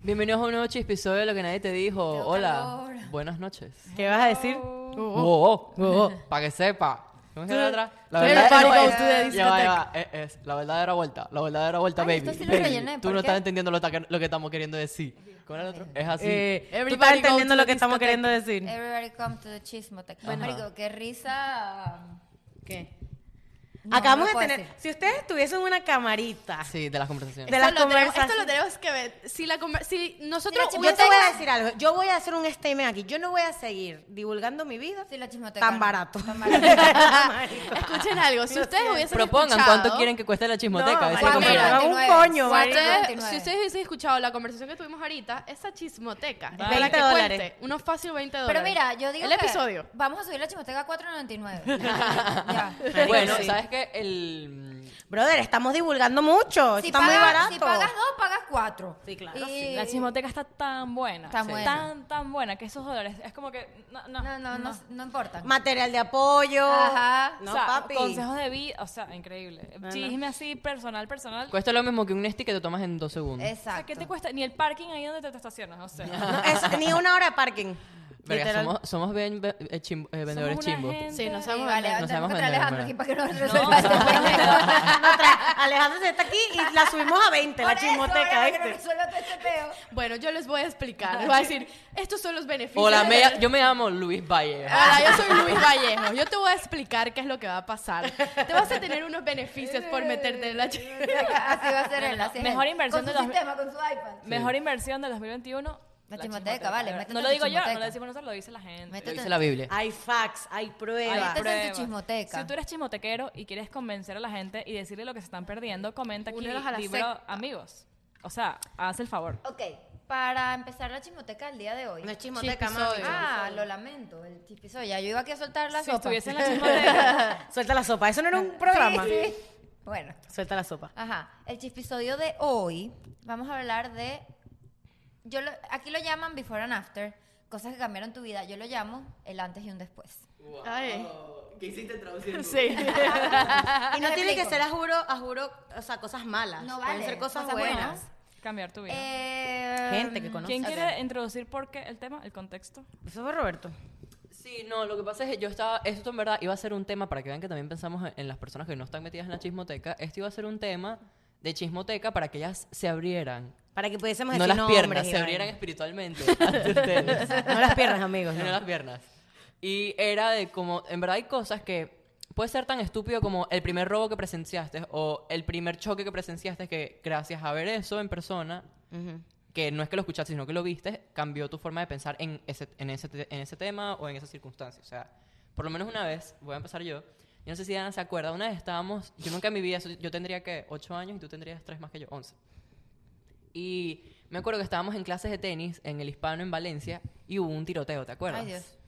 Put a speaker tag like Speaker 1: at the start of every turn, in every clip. Speaker 1: Bienvenidos a un nuevo episodio de Lo que nadie te dijo.
Speaker 2: Tengo
Speaker 1: Hola.
Speaker 2: calor.
Speaker 1: Buenas noches.
Speaker 3: ¿Qué vas a decir? Uh,
Speaker 1: Para que sepa. ¿Cómo se llama la otra? La
Speaker 3: Oh. tú
Speaker 1: verdadera-
Speaker 3: eres party
Speaker 1: no,
Speaker 3: goes to the
Speaker 1: es- ya va, ya
Speaker 3: discotheque.
Speaker 1: va, es- es la verdadera vuelta. La verdadera vuelta,
Speaker 2: Ay,
Speaker 1: baby.
Speaker 2: esto sí lo
Speaker 1: baby.
Speaker 2: rellené, ¿por
Speaker 1: Tú no
Speaker 2: qué?
Speaker 1: estás entendiendo lo, ta- lo que estamos queriendo decir. ¿Cómo era el otro? Es así.
Speaker 3: Eh,
Speaker 4: Everybody
Speaker 3: tú estás
Speaker 4: go
Speaker 3: entendiendo
Speaker 4: to
Speaker 3: lo
Speaker 4: the
Speaker 3: que estamos
Speaker 4: discoteca.
Speaker 3: queriendo decir.
Speaker 2: Everybody come to the chismoteca.
Speaker 1: Ajá.
Speaker 2: Marico, qué risa.
Speaker 3: ¿Qué?
Speaker 2: No,
Speaker 3: Ah,
Speaker 2: no
Speaker 3: Acabamos de
Speaker 2: puedo
Speaker 3: tener.
Speaker 2: decir.
Speaker 3: Si ustedes tuviesen una camarita
Speaker 1: sí, de las conversaciones.
Speaker 3: de
Speaker 4: Esto
Speaker 3: las
Speaker 4: lo tenemos-
Speaker 3: conversaciones.
Speaker 4: Esto lo tenemos que ver. Si, la conver- si nosotros
Speaker 2: Mira, chico,
Speaker 3: Yo
Speaker 4: hubiésemos-
Speaker 3: te voy a decir algo. Yo voy a hacer un statement aquí. Yo no voy a seguir divulgando mi vida
Speaker 2: Sí, la chismoteca.
Speaker 3: tan barato.
Speaker 2: Tan barato.
Speaker 4: Escuchen algo. Si ustedes hubiesen
Speaker 1: Propongan
Speaker 4: escuchado-
Speaker 1: cuánto quieren que cueste la chismoteca.
Speaker 3: No,
Speaker 1: Eso
Speaker 3: marica,
Speaker 1: comprarán.
Speaker 2: Mira,
Speaker 3: hago un
Speaker 2: 29,
Speaker 3: coño,
Speaker 4: Si
Speaker 3: marica.
Speaker 4: ustedes-
Speaker 2: 29.
Speaker 4: si ustedes hubiesen escuchado la conversación que tuvimos ahorita, esa chismoteca. es la
Speaker 3: 20
Speaker 4: que
Speaker 3: dólares.
Speaker 4: cueste Unos fácil 20 dólares.
Speaker 2: Pero mira, yo digo
Speaker 4: El
Speaker 2: que
Speaker 4: episodio.
Speaker 2: Vamos a subir la chismoteca a 4.99. ya.
Speaker 3: Marica,
Speaker 1: Bueno,
Speaker 3: sí.
Speaker 1: ¿sabes qué? El...
Speaker 3: Brother, estamos divulgando mucho.
Speaker 2: Si
Speaker 3: Está
Speaker 2: pagas,
Speaker 3: muy barato.
Speaker 2: si pagas dos, pagas cuatro.
Speaker 3: Sí, claro,
Speaker 2: Y-
Speaker 3: sí.
Speaker 5: La chismoteca está tan buena,
Speaker 2: Tan
Speaker 5: tan
Speaker 2: buena.
Speaker 5: tan, tan buena que esos dólares es como que no no
Speaker 2: No, no, no, no importa.
Speaker 3: Material de apoyo.
Speaker 2: Ajá.
Speaker 3: No,
Speaker 5: o sea,
Speaker 3: papi.
Speaker 5: consejos de vida, o sea, increíble. Chisme así personal, personal. O
Speaker 1: Cuesta lo mismo que un stick que te tomas en dos segundos.
Speaker 5: sea, ¿qué
Speaker 2: Exacto.
Speaker 5: te cuesta? Ni el parking ahí donde te estacionas, o sea.
Speaker 3: No, es ni una hora de parking.
Speaker 1: Verga,
Speaker 3: Literal.
Speaker 1: somos, somos bien, ve- eh, chim- eh, vendedores
Speaker 5: Somos una
Speaker 1: chimbos.
Speaker 5: gente-
Speaker 4: Sí, no
Speaker 2: Sí,
Speaker 4: sabemos.
Speaker 2: vale,
Speaker 4: hablar.
Speaker 1: No sabemos
Speaker 2: tenemos que traer a
Speaker 1: vender, ¿verdad?
Speaker 2: Alejandro aquí para que nos este
Speaker 5: No, somos
Speaker 2: resuelva.
Speaker 3: No, tra- Alejandra se está aquí y la subimos a 20, la chismoteca.
Speaker 2: Para que nos
Speaker 3: ¿viste?
Speaker 2: resuelva todo este peo.
Speaker 4: Bueno, yo les voy a explicar. Les voy a decir, estos son los beneficios.
Speaker 1: Hola,
Speaker 4: de-
Speaker 1: me- yo me llamo Luis Valle.
Speaker 4: Hola, yo soy Luis Vallejo. Yo te voy a explicar qué es lo que va a pasar. Te vas a tener unos beneficios por meterte en la chismoteca.
Speaker 2: Así va a ser él. así es
Speaker 5: Mejor
Speaker 2: él.
Speaker 5: inversión
Speaker 2: Con su
Speaker 5: de los-
Speaker 2: sistema, con su iPad.
Speaker 5: Mejor inversión del 2021.
Speaker 2: La chismoteca, vale,
Speaker 5: Ahora,
Speaker 2: métete
Speaker 5: No
Speaker 2: en
Speaker 5: lo
Speaker 2: la
Speaker 5: digo yo, no
Speaker 2: chismoteca.
Speaker 5: lo decimos nosotros, lo dice la gente.
Speaker 2: Métete
Speaker 1: Lo dice
Speaker 2: en-
Speaker 1: la Biblia.
Speaker 3: Hay fax, hay
Speaker 5: Hay
Speaker 3: pruebas.
Speaker 2: Métete en su
Speaker 5: pruebas.
Speaker 2: chismoteca.
Speaker 5: Si tú eres chismotequero y quieres convencer a la gente y decirle lo que se están perdiendo, comenta aquí
Speaker 4: Únelos a la
Speaker 5: libro
Speaker 4: secta.
Speaker 5: amigos. O sea, haz el favor.
Speaker 2: Ok, para empezar la chismoteca el día de hoy.
Speaker 3: No es chismoteca,
Speaker 4: Chismisodio.
Speaker 3: mami.
Speaker 2: Ah, lo lamento, el tipizo. Ya yo iba aquí a soltar la
Speaker 5: Si
Speaker 2: sopa.
Speaker 5: estuviese en la chismoteca.
Speaker 3: Suelta la sopa. Eso no era un
Speaker 2: programa.
Speaker 3: programa.
Speaker 2: Sí, Bueno,
Speaker 3: Suelta la sopa.
Speaker 2: ajá. El chispisodio de hoy, vamos a hablar de. Yo lo- aquí lo llaman before and after, cosas que cambiaron tu vida. Yo lo llamo el antes y un después.
Speaker 4: Ay.
Speaker 1: ¿Qué hiciste traduciendo?
Speaker 4: Sí.
Speaker 3: Y no
Speaker 2: Te
Speaker 3: tiene que
Speaker 2: Ah, explico.
Speaker 3: ser a juro, a juro, o sea, cosas malas.
Speaker 2: No
Speaker 3: Pueden
Speaker 2: vale,
Speaker 3: ser cosas,
Speaker 2: cosas
Speaker 3: buenas.
Speaker 2: buenas.
Speaker 5: Cambiar tu vida.
Speaker 2: Eh,
Speaker 3: Em, Gente que conoce.
Speaker 5: ¿Quién
Speaker 3: Ok.
Speaker 5: quiere introducir por qué el tema, el contexto?
Speaker 3: Eso fue Roberto.
Speaker 1: Sí, no, lo que pasa es que yo estaba, esto en verdad iba a ser un tema, para que vean que también pensamos en- en las personas que no están metidas en la chismoteca, esto iba a ser un tema de chismoteca para que ellas se abrieran,
Speaker 3: Para que pudiésemos
Speaker 1: no
Speaker 3: decir
Speaker 1: las
Speaker 3: nombres
Speaker 1: piernas,
Speaker 3: y
Speaker 1: se
Speaker 3: vaina.
Speaker 1: abrieran espiritualmente ante ustedes.
Speaker 3: No las piernas, amigos.
Speaker 1: No
Speaker 3: no.
Speaker 1: las piernas. Y era de como, en verdad hay cosas que puede ser tan estúpido como el primer robo que presenciaste o el primer choque que presenciaste que gracias a ver eso en persona, que no es que lo escuchaste, sino que lo viste, cambió tu forma de pensar en ese, en ese, te- en ese tema o en esa circunstancia. O sea, por lo menos una vez, voy a empezar yo, yo no sé si Ana se acuerda, una vez estábamos, yo nunca en mi vida, eso- yo tendría que 8 años y tú tendrías 3 más que yo, 11. Y me acuerdo que estábamos en clases de tenis en el hispano en Valencia y hubo un tiroteo, ¿te acuerdas?
Speaker 2: Ay, Dios.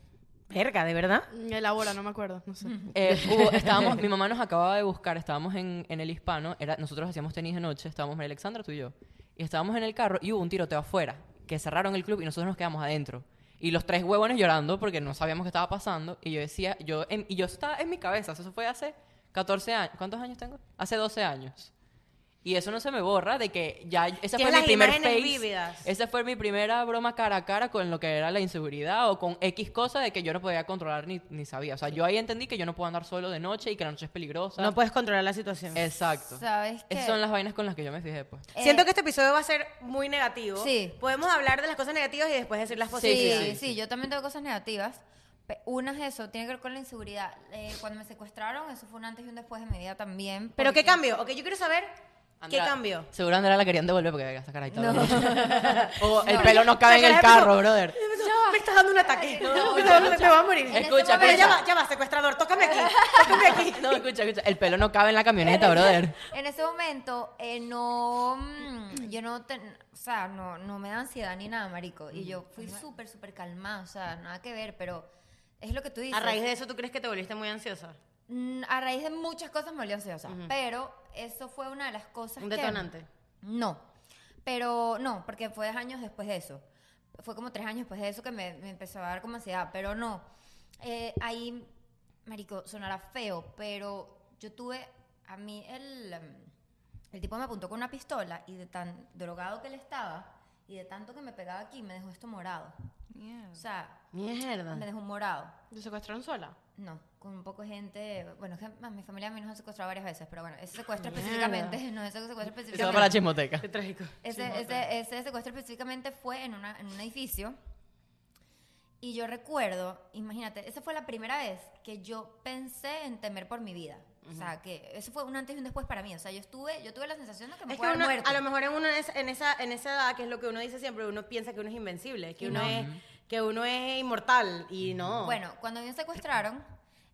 Speaker 3: Verga, ¿de verdad?
Speaker 4: Elabora, Mm, no me acuerdo. No sé.
Speaker 1: Eh, hubo- estábamos, mi mamá nos acababa de buscar, estábamos en, en el hispano, era, nosotros hacíamos tenis de noche, estábamos María Alexandra, tú y yo, y estábamos en el carro y hubo un tiroteo afuera, que cerraron el club y nosotros nos quedamos adentro. Y los tres huevones llorando porque no sabíamos qué estaba pasando, y yo decía, yo, en- y yo estaba en mi cabeza, eso fue hace 14 años, ¿cuántos años tengo? Hace 12 años. Y eso no se me borra de que ya esa
Speaker 3: Que
Speaker 1: fue
Speaker 3: las
Speaker 1: mi primer
Speaker 3: imágenes
Speaker 1: face,
Speaker 3: vívidas.
Speaker 1: esa fue mi primera broma cara a cara con lo que era la inseguridad o con X cosa de que yo no podía controlar ni, ni sabía. O sea, yo ahí entendí que yo no puedo andar solo de noche y que la noche es peligrosa.
Speaker 3: No puedes controlar la situación.
Speaker 1: Exacto.
Speaker 2: ¿Sabes qué?
Speaker 1: Esas son las vainas con las que yo me fijé, pues.
Speaker 2: Eh,
Speaker 3: Siento que este episodio va a ser muy negativo.
Speaker 2: Sí.
Speaker 3: Podemos hablar de las cosas negativas y después decir las
Speaker 2: Sí,
Speaker 3: positivas.
Speaker 2: sí, yo también tengo cosas negativas. Pe- Una es eso, tiene que ver con la inseguridad. Eh, cuando me secuestraron, eso fue un antes y un después de mi vida también.
Speaker 3: Pero ¿qué
Speaker 2: porque-
Speaker 3: cambio? Ok, yo quiero saber
Speaker 1: Andrea-
Speaker 3: qué cambio.
Speaker 1: Seguro Andrea la querían devolver porque esa cara ahí
Speaker 2: No.
Speaker 1: O el pelo no cabe en el
Speaker 3: La cara de
Speaker 1: carro, brother.
Speaker 3: Me estás dando un ataque.
Speaker 2: No,
Speaker 3: Me estás dando- te vas a morir.
Speaker 2: En este
Speaker 1: Escucha,
Speaker 3: Ah, Pero ya
Speaker 1: escucha.
Speaker 3: va, ya va, secuestrador, tócame aquí. Tócame aquí.
Speaker 1: No, escucha, escucha. El pelo no cabe en la camioneta, brother.
Speaker 2: En ese momento, eh, no. mm, Yo no. ten- o sea, no, no me da ansiedad ni nada, marico. Y yo fui súper, súper calmada. O sea, nada que ver, pero es lo que tú dices.
Speaker 3: A raíz de eso, ¿tú crees que te volviste muy ansiosa?
Speaker 2: mm, a raíz de muchas cosas me volví ansiosa, pero eso fue una de las cosas
Speaker 3: Un
Speaker 2: que-
Speaker 3: detonante.
Speaker 2: No, pero no, porque fue años después de eso. Fue como tres años después de eso que me, me empezó a dar como ansiedad, pero no. Eh, ahí, marico, sonará feo, pero yo tuve, a mí el, em, el tipo me apuntó con una pistola y de tan drogado que él estaba y de tanto que me pegaba aquí, me dejó esto morado. O sea,
Speaker 1: Ah.
Speaker 3: Mierda.
Speaker 2: me dejó un morado.
Speaker 4: ¿Lo secuestraron sola?
Speaker 2: No, con un poco de gente. Bueno, es que más, mi familia a mí nos han secuestrado varias veces, pero bueno, ese secuestro específicamente. No, ese secuestro
Speaker 1: Eso va
Speaker 2: específicamente.
Speaker 1: para la chismoteca.
Speaker 3: Qué trágico.
Speaker 2: ese, ese, ese secuestro específicamente fue en, una, en un edificio. Y yo recuerdo, imagínate, esa fue la primera vez que yo pensé en temer por mi vida. O sea, que eso fue un antes y un después para mí. O sea, yo estuve, yo tuve la sensación de que me
Speaker 3: Es que
Speaker 2: puedo haber
Speaker 3: uno-
Speaker 2: muerto.
Speaker 3: a lo mejor en, uno en, esa, en, esa, en esa edad, que es lo que uno dice siempre, uno piensa que uno es invencible, que, uno, es, que uno es inmortal y no.
Speaker 2: Bueno, cuando me secuestraron,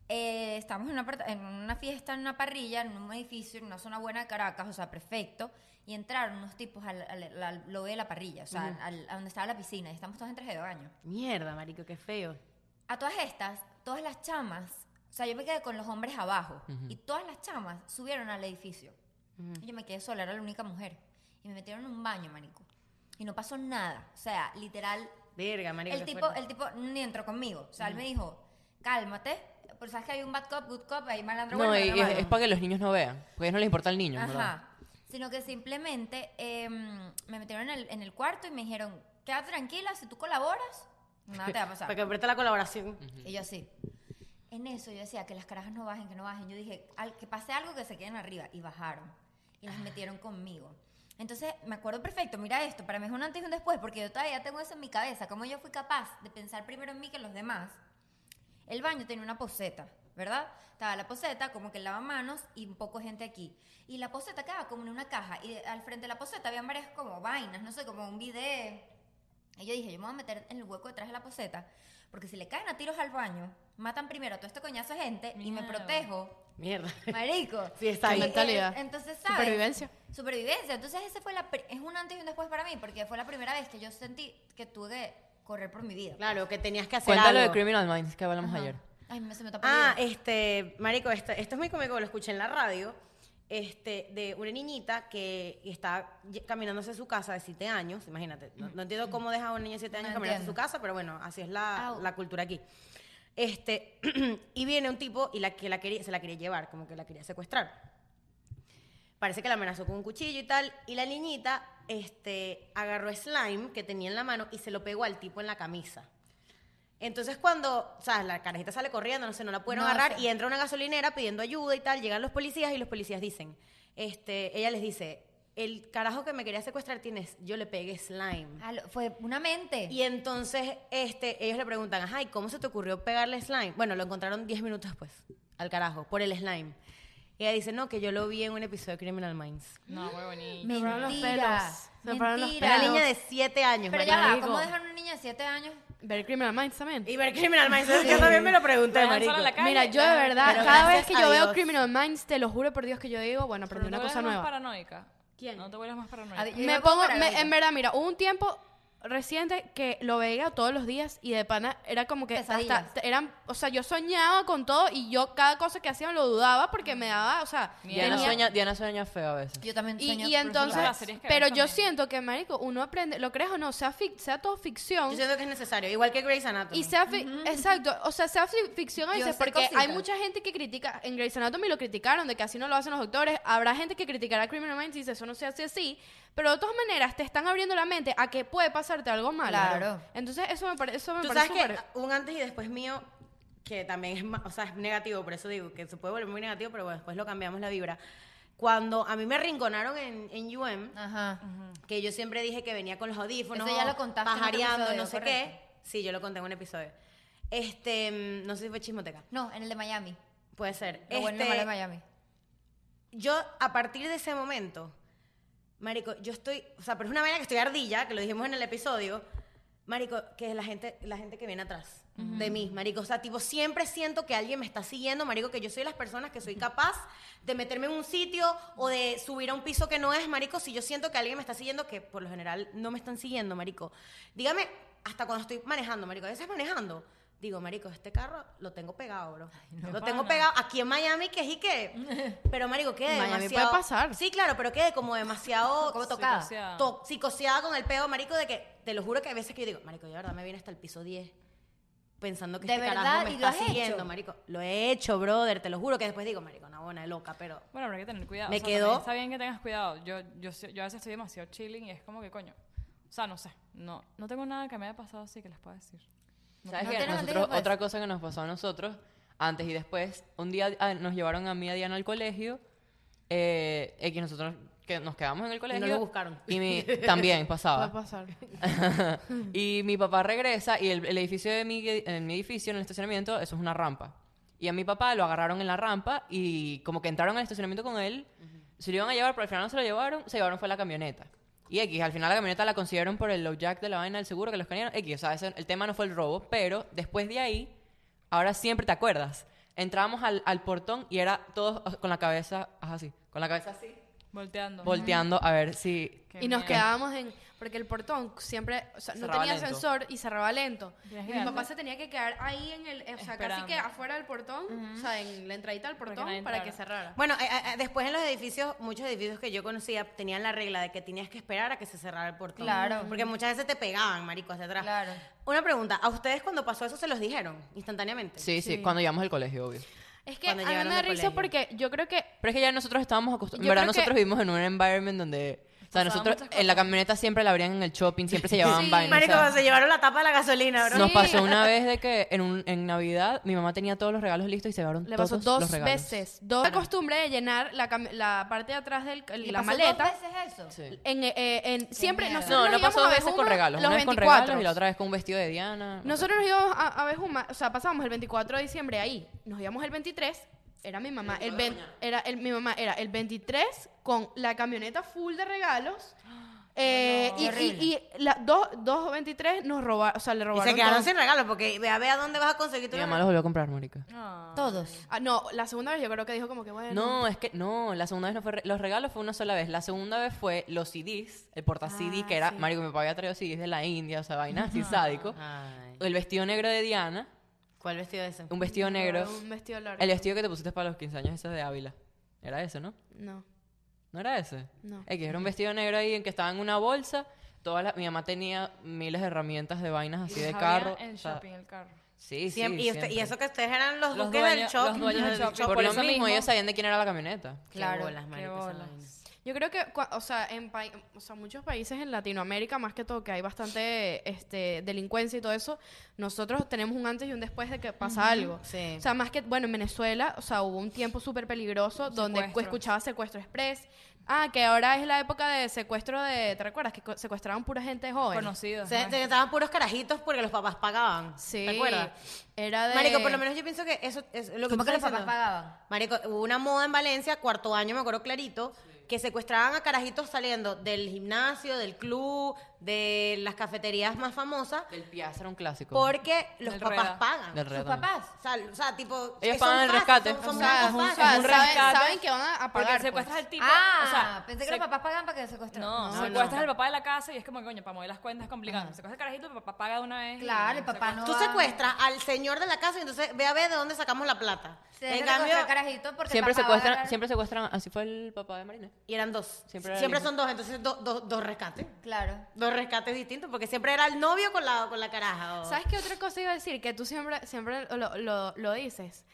Speaker 2: eh, estábamos en una, part- en una fiesta, en una parrilla, en un edificio, en una zona buena de Caracas, o sea, perfecto, y entraron unos tipos al, al- al lobby de la parrilla, o sea, al- a donde estaba la piscina, y estamos todos en traje de baño.
Speaker 3: Mierda, marico, qué feo.
Speaker 2: A todas estas, todas las chamas, o sea, yo me quedé con los hombres abajo y todas las chamas subieron al edificio. Y yo me quedé sola, era la única mujer. Y me metieron en un baño, marico. Y no pasó nada. O sea, literal,
Speaker 3: Verga, marico.
Speaker 2: el
Speaker 3: qué
Speaker 2: tipo,
Speaker 3: fuerte.
Speaker 2: el tipo ni entró conmigo. O sea, él me dijo, cálmate. Porque sabes que hay un bad cop, good cop, hay malandro
Speaker 1: No,
Speaker 2: bueno,
Speaker 1: y
Speaker 2: malandro
Speaker 1: es,
Speaker 2: malo.
Speaker 1: es para que los niños no vean. Porque a ellos no les importa el niño, en ¿verdad?
Speaker 2: Ajá. Sino que simplemente em, me metieron en el, en el cuarto y me dijeron, quédate tranquila, si tú colaboras, nada te va a pasar.
Speaker 3: Para que apriete la colaboración.
Speaker 2: Y yo así. En eso yo decía que las carajas no bajen, que no bajen. Yo dije, "Al- que pase algo que se queden arriba. Y bajaron. Y las metieron conmigo. Entonces, me acuerdo perfecto, mira esto, para mí es un antes y un después, porque yo todavía tengo eso en mi cabeza, como yo fui capaz de pensar primero en mí que en los demás. El baño tenía una poseta, ¿verdad? Estaba la poseta, como que el lavamanos y un poco gente aquí. Y la poseta quedaba como en una caja. Y al frente de la poseta habían varias como vainas, no sé, como un video. Y yo dije, yo me voy a meter en el hueco detrás de la poseta, porque si le caen a tiros al baño, matan primero a todo este coñazo de gente y me
Speaker 5: Mierda.
Speaker 2: protejo.
Speaker 3: Mierda.
Speaker 2: Marico.
Speaker 3: Sí, está ahí.
Speaker 2: Y, eh,
Speaker 4: Mentalidad.
Speaker 2: Entonces, ¿sabes?
Speaker 4: Supervivencia.
Speaker 2: Supervivencia. Entonces, ese fue la pri- es un antes y un después para mí, porque fue la primera vez que yo sentí que tuve que correr por mi vida.
Speaker 3: Claro, que tenías que hacer
Speaker 1: Cuéntalo
Speaker 3: algo.
Speaker 1: de Criminal Minds que hablamos ayer.
Speaker 2: Ay, me se me tapó el
Speaker 3: Ah,
Speaker 2: oído.
Speaker 3: este, marico, esto, esto es muy cómico, lo escuché en la radio, este, de una niñita que está lle- caminando hacia su casa de 7 años, imagínate, no, no entiendo cómo deja a un niño de 7 años
Speaker 2: No
Speaker 3: caminar hacia su
Speaker 2: entiendo.
Speaker 3: casa, pero bueno, así es la,
Speaker 2: Au.
Speaker 3: la cultura aquí. Este, y viene un tipo y la que la quería, se la quería llevar, como que la quería secuestrar parece que la amenazó con un cuchillo y tal, y la niñita este, agarró slime que tenía en la mano y se lo pegó al tipo en la camisa. Entonces cuando, sabes, la carajita sale corriendo, no sé, no la pueden
Speaker 2: No,
Speaker 3: agarrar
Speaker 2: sí.
Speaker 3: y entra una gasolinera pidiendo ayuda y tal, llegan los policías y los policías dicen, este, ella les dice, el carajo que me quería secuestrar tienes, yo le pegué slime.
Speaker 2: Ah, lo- fue una mente.
Speaker 3: Y entonces este, ellos le preguntan, ajá, ¿y cómo se te ocurrió pegarle slime? Bueno, lo encontraron 10 minutos después, al carajo, por el slime. Y ella dice, no, que yo lo vi en un episodio de Criminal Minds.
Speaker 5: No, muy bonito.
Speaker 4: Me pararon los
Speaker 2: Mentira.
Speaker 4: pelos. Me pararon los
Speaker 2: Mentira.
Speaker 3: Una
Speaker 4: pelos.
Speaker 3: niña de 7 años,
Speaker 2: Pero ya
Speaker 3: marico.
Speaker 2: va, ¿cómo dejar a una niña de 7 años?
Speaker 4: Ver Criminal Minds también.
Speaker 3: Y ver Criminal Minds, yo también me lo pregunté,
Speaker 5: Bueno, solo
Speaker 3: marico.
Speaker 5: la ca-
Speaker 4: Mira, yo de verdad,
Speaker 3: Pero
Speaker 4: cada vez
Speaker 3: gracias
Speaker 4: que
Speaker 3: a
Speaker 4: yo veo
Speaker 3: Dios.
Speaker 4: Criminal Minds, te lo juro por Dios que yo digo, bueno,
Speaker 5: Pero
Speaker 4: aprendí una
Speaker 5: no te
Speaker 4: cosa
Speaker 5: vuelvas más
Speaker 4: nueva.
Speaker 5: paranoica.
Speaker 3: ¿Quién?
Speaker 5: No te vuelvas más
Speaker 2: A ver,
Speaker 5: paranoica.
Speaker 2: yo
Speaker 4: Me
Speaker 2: me
Speaker 4: pongo,
Speaker 2: pongo
Speaker 4: me-
Speaker 2: paranoica.
Speaker 4: en verdad, mira, hubo un tiempo reciente que lo veía todos los días y de pana era como que
Speaker 2: Pesadillas.
Speaker 4: hasta eran, o sea, yo soñaba con todo y yo cada cosa que hacía lo dudaba porque me daba, o sea,
Speaker 1: Diana
Speaker 4: tenía-
Speaker 1: sueña, Diana sueña feo a veces.
Speaker 2: Yo también
Speaker 4: y,
Speaker 2: sueño
Speaker 4: y
Speaker 2: por
Speaker 4: entonces,
Speaker 5: Las series que
Speaker 4: pero
Speaker 5: ves
Speaker 4: yo
Speaker 5: también.
Speaker 4: siento que, marico, uno aprende, lo crees o no, sea, fic- sea todo ficción,
Speaker 3: Yo siento que es necesario, igual que Grey's Anatomy.
Speaker 4: Y sea fi- exacto, o sea, sea fi- ficción a
Speaker 2: Yo
Speaker 4: veces,
Speaker 2: sé
Speaker 4: porque hay
Speaker 2: cositas.
Speaker 4: mucha gente que critica, en Grey's Anatomy lo criticaron, de que así no lo hacen los doctores, habrá gente que criticará Criminal Minds y dice, eso no se hace así, pero de todas maneras te están abriendo la mente a que puede pasarte algo malo.
Speaker 2: Claro.
Speaker 4: Entonces eso me, pare- eso me
Speaker 3: Tú
Speaker 4: parece
Speaker 3: sabes
Speaker 4: súper-
Speaker 3: que un antes y después mío, que también es, ma- o sea, es negativo, por eso digo que se puede volver muy negativo, pero bueno, después lo cambiamos la vibra. Cuando a mí me arrinconaron en, en UM,
Speaker 2: Ajá.
Speaker 3: que yo siempre dije que venía con los audífonos,
Speaker 2: Eso Ah. ya lo contaste en otro
Speaker 3: pajareando,
Speaker 2: episodio,
Speaker 3: no sé
Speaker 2: correcto.
Speaker 3: qué. Sí, yo lo conté en un episodio. Este, mm, no sé si fue chismoteca.
Speaker 2: No, en el de Miami.
Speaker 3: Puede ser.
Speaker 2: Lo bueno y lo
Speaker 3: Este,
Speaker 2: malo de Miami.
Speaker 3: yo a partir de ese momento, marico, yo estoy, o sea, pero es una vaina que estoy ardilla, que lo dijimos en el episodio, marico, que es la gente, la gente que viene atrás de mí, marico, o sea, tipo siempre siento que alguien me está siguiendo, marico, que yo soy las personas que soy capaz de meterme en un sitio o de subir a un piso que no es, marico, si yo siento que alguien me está siguiendo, que por lo general no me están siguiendo, marico. Dígame, hasta cuando estoy manejando, marico, a veces manejando. digo, marico, este carro lo tengo pegado, bro. lo
Speaker 5: pana.
Speaker 3: tengo pegado aquí en Miami, que es y que. Pero, marico, quede
Speaker 4: Miami puede
Speaker 3: demasiado...
Speaker 4: pasar.
Speaker 3: Sí, claro, pero quede como demasiado...
Speaker 2: Como
Speaker 5: tocada.
Speaker 3: Psicoseada. To- psicoseada con el peo, marico, de que... Te lo juro que hay veces que yo digo, marico, yo de verdad me vine hasta el piso 10 pensando que
Speaker 2: ¿De
Speaker 3: este
Speaker 2: verdad?
Speaker 3: carajo me
Speaker 2: ¿Y lo
Speaker 3: está
Speaker 2: has hecho?
Speaker 3: siguiendo, marico. Lo he hecho, brother, te lo juro que después digo, marico, una buena loca, pero...
Speaker 5: Bueno, habrá que tener cuidado.
Speaker 3: Me
Speaker 5: o sea, también
Speaker 3: quedó-
Speaker 5: Está bien que tengas cuidado. Yo, yo, sé- yo a veces estoy demasiado chilling y es como que, coño. O sea, no sé. No, no tengo nada que me haya pasado así que les pueda decir.
Speaker 1: ¿Sabes
Speaker 2: No
Speaker 1: qué?
Speaker 2: tenemos
Speaker 1: Nosotros-
Speaker 2: tiempo. pues.
Speaker 1: otra cosa que nos pasó a nosotros, antes y después, un día ah, nos llevaron a mí y a Diana al colegio, eh, y que nosotros que nos quedamos en el colegio.
Speaker 3: lo buscaron.
Speaker 1: Y mi- también
Speaker 4: Puede
Speaker 1: pasaba.
Speaker 4: pasar.
Speaker 1: y mi papá regresa y el, el edificio de mi, en mi edificio, en el estacionamiento, eso es una rampa. Y a mi papá lo agarraron en la rampa y como que entraron al estacionamiento con él, se lo iban a llevar, pero al final no se lo llevaron, se llevaron fue la camioneta. Y X, al final la camioneta la consiguieron por el low jack de la vaina del seguro que los escanearon. X, o sea, ese- el tema no fue el robo, pero después de ahí, ahora siempre te acuerdas. Entrábamos al, al portón y era todos con la cabeza ajá, así, con la cabeza así,
Speaker 5: Volteando.
Speaker 1: volteando a ver si...
Speaker 5: Qué
Speaker 4: Y nos
Speaker 5: miedo.
Speaker 4: quedábamos en. Porque el portón siempre. O sea, no
Speaker 1: Cerraba
Speaker 4: tenía
Speaker 1: lento.
Speaker 4: ascensor y cerraba lento. Y
Speaker 5: Tienes que
Speaker 4: mi papá
Speaker 5: quedarte-
Speaker 4: se tenía que quedar ahí en el. O sea, casi
Speaker 5: Esperando.
Speaker 4: que afuera del portón. O sea, en la entradita al portón
Speaker 5: nadie
Speaker 4: para
Speaker 5: entrara.
Speaker 4: que cerrara.
Speaker 3: Bueno, eh, eh, después en los edificios, muchos edificios que yo conocía tenían la regla de que tenías que esperar a que se cerrara el portón.
Speaker 2: Claro.
Speaker 3: Porque muchas veces te pegaban, marico, hacia atrás.
Speaker 2: Claro.
Speaker 3: Una pregunta, ¿a ustedes cuando pasó eso se los dijeron instantáneamente?
Speaker 1: Sí, sí, cuando llegamos al colegio, obvio.
Speaker 4: es que a mí
Speaker 3: cuando
Speaker 4: me
Speaker 3: llegaron
Speaker 4: da
Speaker 3: del
Speaker 4: risa
Speaker 3: colegio.
Speaker 4: porque yo creo que.
Speaker 1: Pero es que ya nosotros estábamos
Speaker 4: Yo
Speaker 1: acostumbrados. En verdad,
Speaker 4: creo que-
Speaker 1: nosotros vivimos en un environment donde. O sea,
Speaker 5: Pasaban
Speaker 1: nosotros
Speaker 5: muchas cosas.
Speaker 1: en la camioneta siempre la abrían en el shopping, siempre se llevaban
Speaker 4: Sí,
Speaker 1: vainas. o
Speaker 3: Marico,
Speaker 1: sea,
Speaker 3: se llevaron la tapa de la gasolina, bro.
Speaker 1: Nos
Speaker 4: Sí.
Speaker 1: pasó una vez de que en, un- en Navidad mi mamá tenía todos los regalos listos y se llevaron
Speaker 4: Le
Speaker 1: todos
Speaker 4: pasó dos
Speaker 1: los regalos.
Speaker 4: veces. Dos. La costumbre de llenar la, cam- la parte de atrás de
Speaker 2: ¿Le
Speaker 4: la
Speaker 2: pasó
Speaker 4: maleta.
Speaker 2: dos veces eso?
Speaker 1: Sí.
Speaker 4: En, eh, eh, en- siempre
Speaker 2: mierda.
Speaker 4: nosotros
Speaker 1: No,
Speaker 4: nos
Speaker 1: no
Speaker 4: íbamos
Speaker 1: pasó
Speaker 4: a
Speaker 1: dos veces con
Speaker 4: Bejuma
Speaker 1: regalos.
Speaker 4: los
Speaker 1: Una vez con
Speaker 4: 24.
Speaker 1: regalos y la otra vez con un vestido de Diana.
Speaker 4: Nosotros nos íbamos a, a Bejuma, o sea, pasábamos el 24 de diciembre ahí, nos íbamos el 23, era mi mamá, el, vein- era el- mi mamá era el 23 con la camioneta full de regalos. eh,
Speaker 2: no.
Speaker 4: y,
Speaker 2: Qué horrible.
Speaker 4: y, y la- dos, dos o 23 nos robaron, o sea, le
Speaker 3: Y
Speaker 4: robaron.
Speaker 3: se quedaron
Speaker 4: todo.
Speaker 3: sin regalo porque vea, vea dónde vas a conseguir tu
Speaker 1: Mi mamá
Speaker 3: regalo.
Speaker 1: los volvió a comprar, Marica.
Speaker 5: Ah.
Speaker 2: Todos.
Speaker 4: Ah, no, la segunda vez yo creo que dijo como que bueno.
Speaker 1: No, es que no, la segunda vez no fue. re- los regalos fue una sola vez. La segunda vez fue los CDs, el porta
Speaker 4: Ah,
Speaker 1: CD, que era. Marico, mi papá había traído CDs de la India, o sea, vainas así sádico.
Speaker 3: Ay,
Speaker 1: El vestido negro de Diana,
Speaker 3: ¿Cuál vestido es ese?
Speaker 1: un vestido negro.
Speaker 4: Un vestido largo.
Speaker 1: El vestido que te pusiste para los 15 años ese de Ávila. Era ese, ¿no?
Speaker 4: No.
Speaker 1: ¿No era ese?
Speaker 4: No.
Speaker 1: X, era un vestido negro ahí en que estaba en una bolsa. Todas las- mi mamá tenía miles de herramientas de vainas así de
Speaker 5: Había
Speaker 1: carro.
Speaker 5: El
Speaker 1: o sea,
Speaker 5: shopping, el carro.
Speaker 1: sí, sí,
Speaker 3: Siem- y, usted- y
Speaker 1: siempre.
Speaker 3: eso que ustedes eran los,
Speaker 5: Los
Speaker 3: duques del
Speaker 5: dueños-
Speaker 3: shop.
Speaker 5: los dueños del shopping.
Speaker 1: Por,
Speaker 5: por
Speaker 1: lo
Speaker 5: eso
Speaker 1: mismo,
Speaker 5: mismo-
Speaker 1: ellos sabían de quién era la camioneta.
Speaker 2: Claro,
Speaker 3: Qué bolas, marico,
Speaker 5: qué
Speaker 3: esa
Speaker 5: bolas.
Speaker 3: vaina.
Speaker 4: Yo creo que, cua- o sea, en pai- o sea, muchos países en Latinoamérica, más que todo, que hay bastante este, delincuencia y todo eso, nosotros tenemos un antes y un después de que pasa algo.
Speaker 3: sí.
Speaker 4: O sea, más que, bueno, en Venezuela, o sea, hubo un tiempo súper peligroso donde
Speaker 5: Secuestros.
Speaker 4: escuchaba secuestro express. Ah, que ahora es la época de secuestro de, ¿te recuerdas? Que co- secuestraban pura gente joven.
Speaker 5: Conocidos.
Speaker 3: Se,
Speaker 5: ¿no?
Speaker 3: se estaban puros carajitos porque los papás pagaban.
Speaker 4: Sí.
Speaker 3: ¿Te acuerdas?
Speaker 4: Era de...
Speaker 3: Marico, por lo menos yo pienso que eso es lo que
Speaker 2: ¿Cómo
Speaker 3: tú
Speaker 2: que los
Speaker 3: estás
Speaker 2: papás
Speaker 3: diciendo.
Speaker 2: pagaban?
Speaker 3: Marico, hubo una moda en Valencia, cuarto año, me acuerdo clarito, que secuestraban a carajitos saliendo del gimnasio, del club, de las cafeterías más famosas,
Speaker 1: El Piazza era un clásico.
Speaker 3: porque los
Speaker 5: Del
Speaker 3: papás
Speaker 5: Reda.
Speaker 3: pagan.
Speaker 1: Del
Speaker 2: ¿Sus
Speaker 1: Reda también.
Speaker 2: papás?
Speaker 3: O sea, o sea, tipo...
Speaker 1: Ellos
Speaker 3: son
Speaker 1: pagan el
Speaker 3: fáciles,
Speaker 1: rescate.
Speaker 3: son- son
Speaker 1: O
Speaker 4: sea,
Speaker 3: cosas
Speaker 4: o sea,
Speaker 3: fáciles.
Speaker 5: Es un
Speaker 4: saben-
Speaker 5: rescate.
Speaker 4: saben que van a
Speaker 5: Porque
Speaker 4: pagar,
Speaker 5: secuestras
Speaker 4: pues.
Speaker 5: al tipo.
Speaker 2: Ah,
Speaker 5: o sea,
Speaker 2: pensé que
Speaker 5: sec-
Speaker 2: los papás pagaban para que secuestrar.
Speaker 5: No, secuestras al papá de la casa y es como, coño, para mover las cuentas es complicado. Secuestras el carajito, el papá paga de una vez. y
Speaker 2: Claro, el
Speaker 5: se
Speaker 2: papá no
Speaker 3: Tú
Speaker 2: va-
Speaker 3: secuestras al señor de la casa y entonces ve a ver de dónde sacamos la plata.
Speaker 2: Se
Speaker 3: en
Speaker 2: deja
Speaker 3: cambio,
Speaker 2: secuestrar carajito porque
Speaker 1: Siempre
Speaker 2: el papá va a
Speaker 1: secuestran,
Speaker 2: agarrar-
Speaker 1: siempre secuestran. Así fue el papá de Marina.
Speaker 3: y eran dos.
Speaker 1: Siempre era
Speaker 3: Siempre,
Speaker 1: el mismo.
Speaker 3: son dos, entonces do- do- dos rescates.
Speaker 2: Claro.
Speaker 3: Dos rescates distintos, porque siempre era el novio con la, con la caraja. o-
Speaker 4: ¿Sabes qué otra cosa iba a decir? Que tú siempre, siempre lo, lo- lo dices.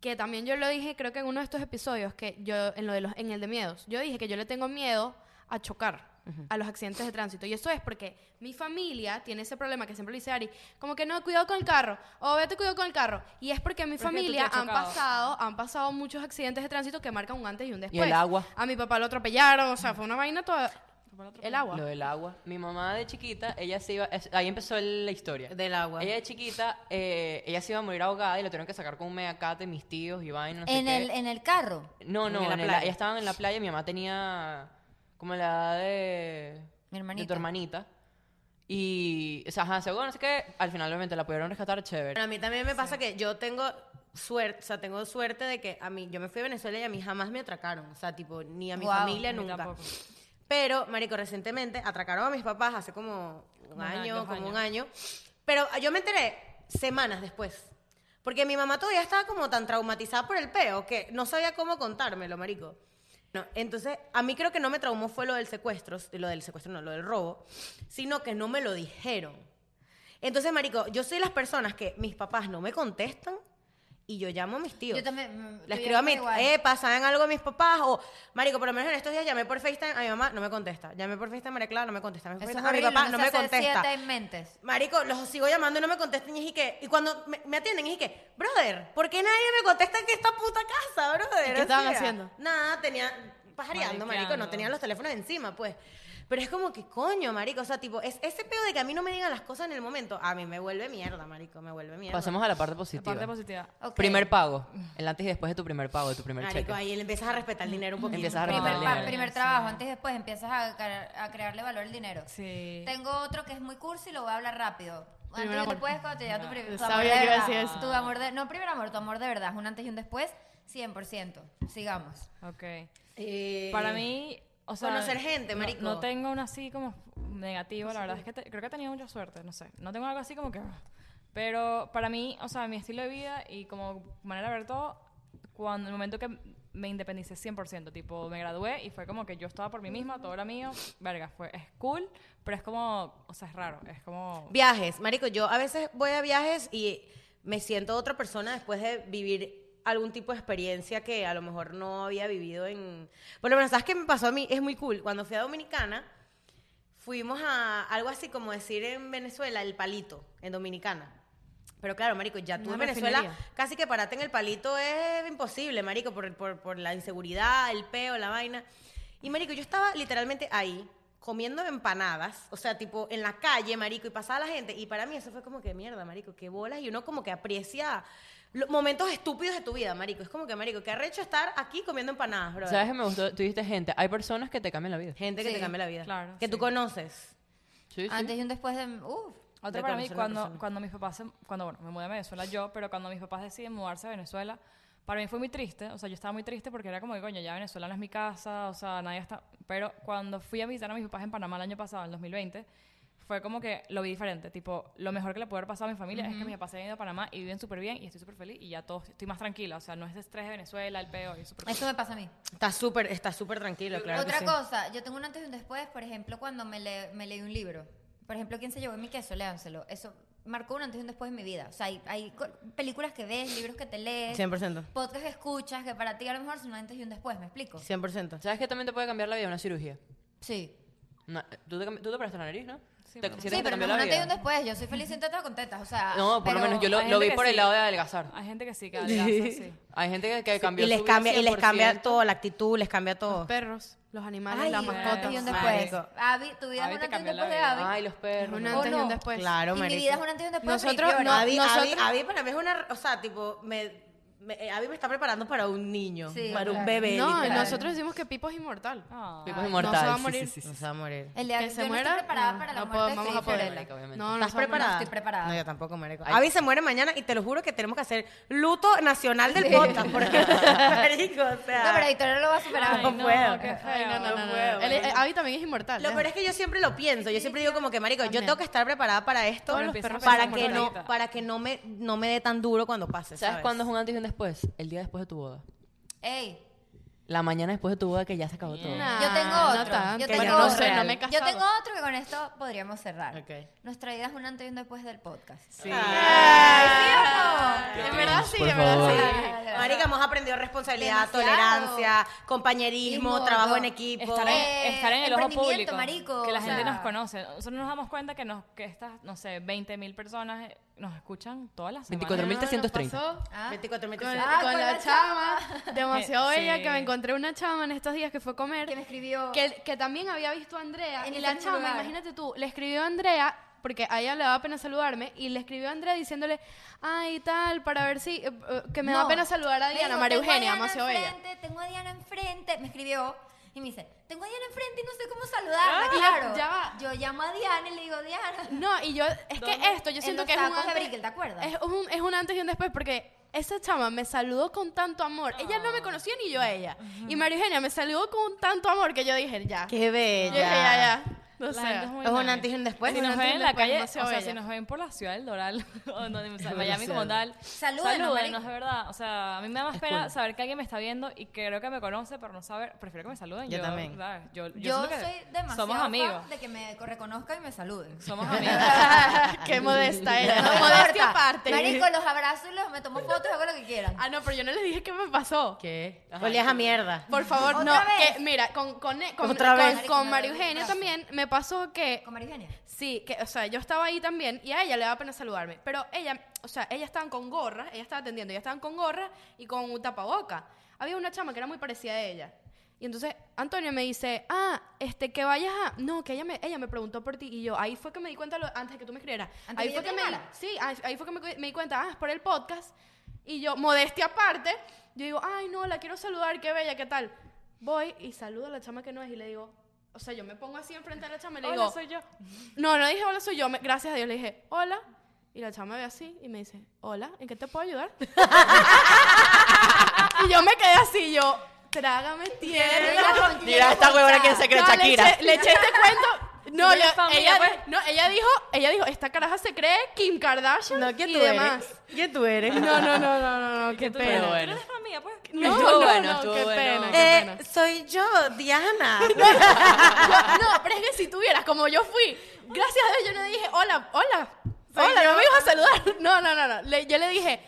Speaker 4: Que también yo lo dije, creo que en uno de estos episodios, que yo, en, lo de los, en el de miedos, yo dije que yo le tengo miedo a chocar a los accidentes de tránsito. Y eso es porque mi familia tiene ese problema que siempre le dice Ari, como que no, cuidado con el carro, o vete cuidado con el carro. Y es porque en mi
Speaker 5: Porque tú te
Speaker 4: familia
Speaker 5: has
Speaker 4: han
Speaker 5: chocado.
Speaker 4: pasado, han pasado muchos accidentes de tránsito que marcan un antes y un después.
Speaker 1: agua.
Speaker 4: A mi papá lo atropellaron, o sea, fue una vaina toda... El agua.
Speaker 1: Lo del agua. Mi mamá de chiquita, ella se iba. es- ahí empezó el- la historia.
Speaker 3: Del agua.
Speaker 1: Ella de chiquita, eh, ella se iba a morir ahogada y la tuvieron que sacar con un megacate, mis tíos y vaina. No sé
Speaker 2: En
Speaker 1: qué.
Speaker 2: el, en el carro.
Speaker 1: No, no,
Speaker 3: En la
Speaker 1: en el-
Speaker 3: playa.
Speaker 1: ella estaban en la playa, mi mamá tenía como la edad de, de
Speaker 2: Mi hermanita.
Speaker 1: tu hermanita. Y, o sea, ajá, se ahogó, no sé qué, al final obviamente la pudieron rescatar, chévere.
Speaker 3: Bueno, a mí también me pasa que yo tengo suerte, o sea, tengo suerte de que a mí, yo me fui a Venezuela y a mí jamás me atracaron, o sea, tipo, ni a mi
Speaker 2: Guau,
Speaker 3: familia
Speaker 5: ni
Speaker 3: nunca.
Speaker 5: tampoco.
Speaker 3: Pero, marico, recientemente atracaron a mis papás hace como un
Speaker 5: Un año,
Speaker 3: año,
Speaker 5: dos
Speaker 3: como un
Speaker 5: años.
Speaker 3: año, pero yo me enteré semanas después. Porque mi mamá todavía estaba como tan traumatizada por el peo que no sabía cómo contármelo, marico. No, entonces, a mí creo que no me traumó fue lo del secuestro, lo del secuestro no, lo del robo, sino que no me lo dijeron. Entonces, marico, yo soy las personas que mis papás no me contestan y yo llamo a mis tíos.
Speaker 2: Yo también, mm, yo
Speaker 3: Les escribo a
Speaker 2: llamo
Speaker 3: mis,
Speaker 2: igual.
Speaker 3: eh, pasaban algo a mis papás o, marico, por lo menos en estos días llamé por FaceTime a mi mamá, no me contesta. Llamé por FaceTime a María Clara, no me contesta. Llamé por
Speaker 2: Eso es
Speaker 3: FaceTime a
Speaker 2: horrible,
Speaker 3: mi papá, no
Speaker 2: se
Speaker 3: me
Speaker 2: hace
Speaker 3: contesta.
Speaker 2: siete en mentes.
Speaker 3: Marico, los sigo llamando y no me contestan y es que y cuando me, me atienden y es que, brother, ¿por qué nadie me contesta en esta puta casa, brother?
Speaker 4: ¿Y qué estaban haciendo?
Speaker 3: Nada, tenía pajareando, marico, no
Speaker 5: Mariqueando.
Speaker 3: tenían los teléfonos encima, pues. Pero es como que coño, marico, o sea, tipo, es ese pedo de que a mí no me digan las cosas en el momento, a mí me vuelve mierda, marico, me vuelve mierda.
Speaker 1: Pasemos a la parte
Speaker 5: La
Speaker 1: positiva.
Speaker 5: parte positiva.
Speaker 2: Ok.
Speaker 1: Primer pago. El antes y después de tu primer pago, de tu primer
Speaker 3: Marico,
Speaker 1: cheque.
Speaker 3: ahí le empiezas a respetar el dinero un poquito.
Speaker 1: Empiezas a respetar
Speaker 2: Primer,
Speaker 1: el
Speaker 2: pa-
Speaker 1: dinero.
Speaker 2: primer trabajo, antes y después empiezas a, car- a crearle valor al dinero.
Speaker 5: Sí.
Speaker 2: Tengo otro que es muy cursi y lo voy a hablar rápido. Antes
Speaker 4: Primer
Speaker 2: y
Speaker 4: amor.
Speaker 2: después, cuando te llega tu, pri- tu
Speaker 4: Sabía
Speaker 2: amor de
Speaker 4: que iba a
Speaker 2: verdad.
Speaker 4: decir eso.
Speaker 2: Tu amor de... No, primer amor, tu amor de verdad. es Un antes y un después, 100%. Sigamos.
Speaker 5: Ok.
Speaker 3: Eh,
Speaker 5: Para mí, o sea,
Speaker 3: conocer gente,
Speaker 5: no-
Speaker 3: marico.
Speaker 5: No, tengo una así como negativa, la verdad es que te- creo que he tenido mucha suerte, no sé. No tengo algo así como que. ah. Pero para mí, o sea, mi estilo de vida y como manera de ver todo, cuando el momento que me independicé 100%, tipo, me gradué y fue como que yo estaba por mí misma, todo era mío, verga, fue, es cool, pero es como, o sea, es raro, es como...
Speaker 3: Viajes, marico, yo a veces voy a viajes y me siento otra persona después de vivir algún tipo de experiencia que a lo mejor no había vivido en... Por lo menos, ¿sabes qué me pasó a mí? Es muy cool. Cuando fui a Dominicana, fuimos a algo así como decir en Venezuela, el palito, en Dominicana. Pero claro, marico, ya tú
Speaker 4: Una
Speaker 3: en Venezuela
Speaker 4: refinería.
Speaker 3: casi que pararte en el palito es imposible, marico, por, por, por la inseguridad, el peo, la vaina. Y marico, yo estaba literalmente ahí comiendo empanadas, o sea, tipo en la calle, marico, y pasaba la gente. Y para mí eso fue como que mierda, marico, qué bolas. Y uno como que aprecia los momentos estúpidos de tu vida, marico. Es como que, marico, qué arrecho estar aquí comiendo empanadas, bro.
Speaker 1: ¿Sabes qué me gustó? Tú dijiste gente. Hay personas que te cambian la vida.
Speaker 3: Gente que
Speaker 2: Sí,
Speaker 3: te cambia la vida.
Speaker 5: claro,
Speaker 3: Que tú
Speaker 5: sí.
Speaker 3: conoces.
Speaker 1: Sí, sí.
Speaker 2: Antes y un después de... Uf.
Speaker 3: de
Speaker 5: Otra para mí,
Speaker 3: conocer a una
Speaker 5: cuando,
Speaker 3: persona.
Speaker 5: cuando mis papás, se- cuando, bueno, me mudé a Venezuela yo, pero cuando mis papás deciden mudarse a Venezuela, para mí fue muy triste, o sea, yo estaba muy triste porque era como que, coño, ya Venezuela no es mi casa, o sea, nadie está... Pero cuando fui a visitar a mis papás en Panamá el año pasado, en 2020, fue como que lo vi diferente, tipo, lo mejor que le puede haber pasado a mi familia es que mis papás se han ido a Panamá y viven súper bien y estoy súper feliz y ya todos, estoy más tranquila, o sea, no es estrés de Venezuela, el peo, y súper
Speaker 2: Eso me pasa a mí.
Speaker 3: Está súper, está súper tranquilo, claro. que
Speaker 2: Otra
Speaker 3: sí.
Speaker 2: cosa, yo tengo un antes y un después, por ejemplo, cuando me, le- me leí un libro. Por ejemplo, ¿Quién se llevó mi queso? Léanselo. Eso marcó un antes y un después en mi vida. O sea, hay, hay co- películas que ves, libros que te lees,
Speaker 3: 100%.
Speaker 2: podcasts que escuchas, que para ti a lo mejor son un antes y un después, ¿me explico?
Speaker 3: 100%.
Speaker 1: ¿Sabes qué también te puede cambiar la vida? Una cirugía.
Speaker 2: Sí.
Speaker 1: Una- tú, te, cambi- tú te operaste la nariz, ¿no?
Speaker 5: Sí,
Speaker 1: Te-
Speaker 5: pero-
Speaker 1: sientes que
Speaker 2: sí,
Speaker 1: te
Speaker 2: pero no
Speaker 1: cambió
Speaker 2: es
Speaker 1: la
Speaker 2: un antes y
Speaker 1: vida.
Speaker 2: un después. Yo soy feliz sin tetas con tetas, o sea...
Speaker 1: No, por lo
Speaker 2: pero-
Speaker 1: menos yo lo,
Speaker 5: hay
Speaker 1: lo
Speaker 5: gente
Speaker 1: vi
Speaker 5: que
Speaker 1: por el
Speaker 5: sí.
Speaker 1: lado de adelgazar.
Speaker 5: Hay gente que sí, que adelgaza, sí.
Speaker 1: Hay gente que, que cambió
Speaker 3: Y les
Speaker 1: su vida
Speaker 3: cambia, y les cambia
Speaker 1: 100%.
Speaker 3: todo, la actitud, les cambia todo.
Speaker 4: Los perros, los animales,
Speaker 2: Ay,
Speaker 4: las
Speaker 2: un
Speaker 4: mascotas.
Speaker 2: antes y un
Speaker 3: Marico.
Speaker 2: después. Avi, tu vida
Speaker 5: Avi
Speaker 2: es un antes y
Speaker 5: te
Speaker 2: un
Speaker 5: cambió la
Speaker 2: después de
Speaker 5: vida.
Speaker 2: Avi.
Speaker 1: Ay, los perros.
Speaker 4: Un
Speaker 1: ¿no?
Speaker 4: antes y
Speaker 2: ¿O
Speaker 4: un
Speaker 2: no?
Speaker 4: después.
Speaker 3: Claro,
Speaker 2: y mi
Speaker 3: marico.
Speaker 2: vida es un antes y un después de
Speaker 4: Nosotros
Speaker 2: Friki
Speaker 4: no-
Speaker 2: Hora.
Speaker 3: Abby,
Speaker 4: nosotros-
Speaker 3: Abby- Abby para mí es una, o sea, tipo, me, me- eh, Abby me está preparando para un niño,
Speaker 2: Sí,
Speaker 3: para un
Speaker 2: claro.
Speaker 3: bebé.
Speaker 4: No,
Speaker 3: literal.
Speaker 4: nosotros decimos que Pipo es inmortal.
Speaker 5: Ah.
Speaker 1: Tipo es
Speaker 2: no
Speaker 1: mortal.
Speaker 4: se va a
Speaker 1: sí,
Speaker 4: morir.
Speaker 1: sí, sí,
Speaker 3: Nos
Speaker 1: sí.
Speaker 3: va a morir.
Speaker 2: El día
Speaker 4: que se muera.
Speaker 2: Yo no estoy preparada
Speaker 4: no,
Speaker 2: para la
Speaker 4: no
Speaker 2: muerte
Speaker 4: puedo- vamos
Speaker 2: de
Speaker 4: a poder.
Speaker 2: Friki Hora.
Speaker 1: obviamente.
Speaker 4: No, no
Speaker 3: ¿Estás
Speaker 4: somos-
Speaker 3: preparada?
Speaker 2: estoy preparada.
Speaker 3: No, yo tampoco, marico. Abby se muere mañana y te lo juro que tenemos que hacer luto nacional del podcast. Porque, marico, o sea...
Speaker 2: No, pero Victoria lo va a superar.
Speaker 5: Ay,
Speaker 3: No puedo.
Speaker 5: qué feo.
Speaker 4: Ay, no, no, no, no, no. Él- eh, Abby también es inmortal.
Speaker 3: Lo
Speaker 4: ya.
Speaker 3: peor es que yo siempre lo pienso. Yo siempre digo como que, marico, yo tengo que estar preparada para esto
Speaker 5: Pero empieza a
Speaker 3: para
Speaker 5: pensar
Speaker 3: que
Speaker 5: por
Speaker 3: no,
Speaker 5: ahorita.
Speaker 3: para que no me, no me dé tan duro cuando pase.
Speaker 1: ¿Sabes
Speaker 3: ¿Sabes,
Speaker 1: cuándo es un antes y un después? El día después de tu boda.
Speaker 2: Ey,
Speaker 1: La mañana después de tu boda que ya se acabó todo.
Speaker 4: Nah,
Speaker 2: yo tengo
Speaker 4: no
Speaker 2: otro.
Speaker 4: tanto.
Speaker 2: yo tengo
Speaker 3: Ya
Speaker 2: otro.
Speaker 4: no sé, no me he
Speaker 2: yo
Speaker 4: casado.
Speaker 2: tengo otro que con esto podríamos cerrar.
Speaker 3: Ok.
Speaker 2: Nuestra vida es un antes y un después del podcast.
Speaker 3: Sí.
Speaker 4: Ah, En verdad sí,
Speaker 1: Por
Speaker 4: en verdad
Speaker 1: favor.
Speaker 4: sí.
Speaker 3: Marica, hemos aprendido responsabilidad,
Speaker 2: Demasiado.
Speaker 3: tolerancia, compañerismo,
Speaker 2: Mismo,
Speaker 3: trabajo
Speaker 2: no.
Speaker 3: en equipo.
Speaker 5: estar en,
Speaker 2: Eh,
Speaker 5: estar en el ojo
Speaker 2: emprendimiento,
Speaker 5: público.
Speaker 2: marico,
Speaker 5: que la
Speaker 2: o
Speaker 5: gente
Speaker 2: sea.
Speaker 5: nos conoce. Nosotros nos damos cuenta que, nos, que estas, no sé, 20 mil personas eh, nos escuchan todas las semanas.
Speaker 1: 24.000. 1330.
Speaker 4: Nos pasó
Speaker 2: Ah.
Speaker 3: 24,
Speaker 4: Con,
Speaker 3: 24.
Speaker 2: Ah,
Speaker 4: con
Speaker 2: con la
Speaker 4: la chama, demasiado
Speaker 5: Eh,
Speaker 4: bella,
Speaker 5: sí.
Speaker 4: que me encontré una chama en estos días que fue a comer.
Speaker 2: Que me escribió.
Speaker 4: que, que también había visto a Andrea.
Speaker 2: En
Speaker 4: y
Speaker 2: ese
Speaker 4: la
Speaker 2: mismo
Speaker 4: chama,
Speaker 2: lugar.
Speaker 4: imagínate tú, le escribió a Andrea, porque a ella le daba pena saludarme, y le escribió a Andrea diciéndole, ay, tal, para ver si. eh, eh, que me da
Speaker 2: No.
Speaker 4: pena saludar a
Speaker 2: Me
Speaker 4: Diana,
Speaker 2: dijo,
Speaker 4: María
Speaker 2: "Tengo a
Speaker 4: Eugenia,
Speaker 2: Diana
Speaker 4: demasiado bella.
Speaker 2: enfrente, Tengo a Diana enfrente. Me escribió y me dice, tengo a Diana enfrente y no sé cómo saludarla,
Speaker 4: Ah,
Speaker 2: claro.
Speaker 4: ya va.
Speaker 2: Yo llamo a Diana y le digo, Diana.
Speaker 4: No, y yo, es que
Speaker 5: ¿Dónde?
Speaker 4: esto, yo
Speaker 2: En
Speaker 4: siento
Speaker 2: los
Speaker 4: que es un,
Speaker 2: tacos de
Speaker 4: antes,
Speaker 2: Brickell, ¿te acuerdas?
Speaker 4: Es, un, es un antes y un después, porque esa chama me saludó con tanto amor. Ella
Speaker 2: Ah.
Speaker 4: no me conocía ni yo a ella. Y María Eugenia me saludó con tanto amor que yo dije, ya.
Speaker 3: Qué
Speaker 4: Yo dije, ya,
Speaker 3: bella.
Speaker 4: ya. O
Speaker 5: La
Speaker 4: sea,
Speaker 5: gente muy
Speaker 3: Es un
Speaker 5: nice.
Speaker 3: antes y un después.
Speaker 5: Si
Speaker 4: un
Speaker 5: nos
Speaker 4: antes y
Speaker 5: ven
Speaker 4: un
Speaker 5: en la
Speaker 2: pues,
Speaker 4: después,
Speaker 5: calle, o
Speaker 4: demasiado
Speaker 5: sea,
Speaker 4: bella.
Speaker 5: si nos ven por la ciudad del Doral, o donde- o sea, en Miami como tal,
Speaker 2: Salúdenos, marico.
Speaker 5: de verdad. O sea, a mí me da más pena saber que alguien me está viendo y creo que me conoce, pero no saber, prefiero que me saluden.
Speaker 3: Yo también.
Speaker 5: ¿verdad? Yo, yo
Speaker 2: Yo
Speaker 5: siento que
Speaker 2: soy demasiado
Speaker 5: Somos
Speaker 2: fan
Speaker 5: amigos.
Speaker 2: de que me reconozcan y me saluden.
Speaker 5: Somos amigos.
Speaker 4: Qué modesta era.
Speaker 2: No
Speaker 4: No,
Speaker 2: me
Speaker 4: modestia
Speaker 2: importa.
Speaker 4: aparte.
Speaker 2: Marico, los abrazo y los me tomo fotos, hago lo que quieran.
Speaker 4: Ah, no, pero yo no les dije qué me pasó.
Speaker 3: ¿Qué? Olías a mierda.
Speaker 4: Por favor,
Speaker 2: ¿Otra
Speaker 4: no.
Speaker 2: vez?
Speaker 4: Que, mira, con, con, con,
Speaker 3: Otra
Speaker 4: con-
Speaker 3: vez.
Speaker 4: con
Speaker 2: Marico, me
Speaker 4: María
Speaker 2: duele el
Speaker 4: Eugenia
Speaker 2: brazo.
Speaker 4: también me pasó que
Speaker 2: Con María Eugenia.
Speaker 4: Sí, que, o sea, yo estaba ahí también y a ella le daba pena saludarme. Pero ella, o sea, ella estaban con gorra, ella estaba atendiendo, ella estaban con gorra y con un tapaboca. Había una chama que era muy parecida a ella. Y entonces Antonio me dice, ah, este, que vayas a... No, que ella me, ella me preguntó por ti y yo, ahí fue que me di cuenta lo- antes de que tú me escribieras.
Speaker 2: Antes
Speaker 4: Ahí
Speaker 2: que yo
Speaker 4: fue que
Speaker 2: te
Speaker 4: me,
Speaker 2: llamara.
Speaker 4: sí, ahí, ahí fue que me, cu- me di cuenta, ah, es por el podcast. Y yo, modestia aparte, yo digo, ay, no, la quiero saludar, qué bella, qué tal. Voy y saludo a la chama que no es y le digo, o sea, yo me pongo así enfrente de la chama y le
Speaker 5: Hola,
Speaker 4: digo,
Speaker 5: soy yo.
Speaker 4: no, no dije hola, soy yo. Me- gracias a Dios le dije hola. Y la chama me ve así y me dice, hola, ¿en qué te puedo ayudar? y yo me quedé así, yo, trágame tierra.
Speaker 1: Mira esta huevona quién se cree,
Speaker 4: No, le
Speaker 1: Shakira.
Speaker 4: eché- Le eché este cuento. No,
Speaker 5: Somos
Speaker 4: yo-
Speaker 5: familia,
Speaker 4: ella,
Speaker 5: pues.
Speaker 4: no, ella dijo, ella dijo, esta caraja se cree Kim Kardashian
Speaker 3: No, ¿quién
Speaker 4: y
Speaker 3: tú
Speaker 4: demás.
Speaker 3: eres? ¿Quién tú eres?
Speaker 4: No, no, no, no, no, no, qué
Speaker 5: Tú-
Speaker 1: Pero
Speaker 4: pena.
Speaker 5: tú
Speaker 1: bueno.
Speaker 5: eres amiga, pues.
Speaker 4: No,
Speaker 1: Estuvo
Speaker 4: no,
Speaker 1: bueno,
Speaker 4: no,
Speaker 1: estuvo
Speaker 4: qué
Speaker 1: bueno.
Speaker 4: pena, qué
Speaker 3: Eh,
Speaker 4: pena.
Speaker 3: soy yo, Diana.
Speaker 4: Yo- no, pero es que si tuvieras como yo fui, gracias a Dios yo no dije, hola, hola,
Speaker 3: Soy
Speaker 4: hola,
Speaker 3: yo.
Speaker 4: no me ibas a saludar. No, no, no, no. Le- yo le dije,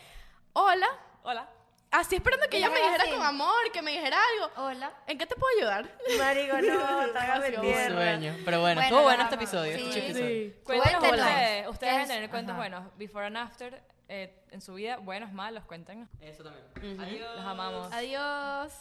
Speaker 4: hola,
Speaker 5: Hola.
Speaker 4: así esperando que
Speaker 2: Y
Speaker 4: ella
Speaker 2: la
Speaker 4: me
Speaker 2: cara
Speaker 4: dijera
Speaker 2: así.
Speaker 4: con amor, que me dijera algo.
Speaker 2: Hola.
Speaker 4: ¿En qué te puedo ayudar?
Speaker 3: Marico, no, trágame
Speaker 4: Demasiado
Speaker 1: Un
Speaker 3: tierra.
Speaker 1: sueño. Pero bueno,
Speaker 2: Bueno,
Speaker 1: estuvo
Speaker 2: lo
Speaker 1: bueno este
Speaker 2: amo.
Speaker 1: episodio. este
Speaker 2: Sí.
Speaker 1: episodio.
Speaker 5: Cuéntanos
Speaker 2: Cuéntenos.
Speaker 5: ustedes, ustedes
Speaker 2: ¿Qué
Speaker 5: deben
Speaker 2: es?
Speaker 5: tener cuentos
Speaker 2: Ajá.
Speaker 5: buenos, before and after, eh, en su vida, buenos, malos, cuéntenos.
Speaker 1: Eso también. Adiós.
Speaker 5: Los amamos.
Speaker 4: Adiós.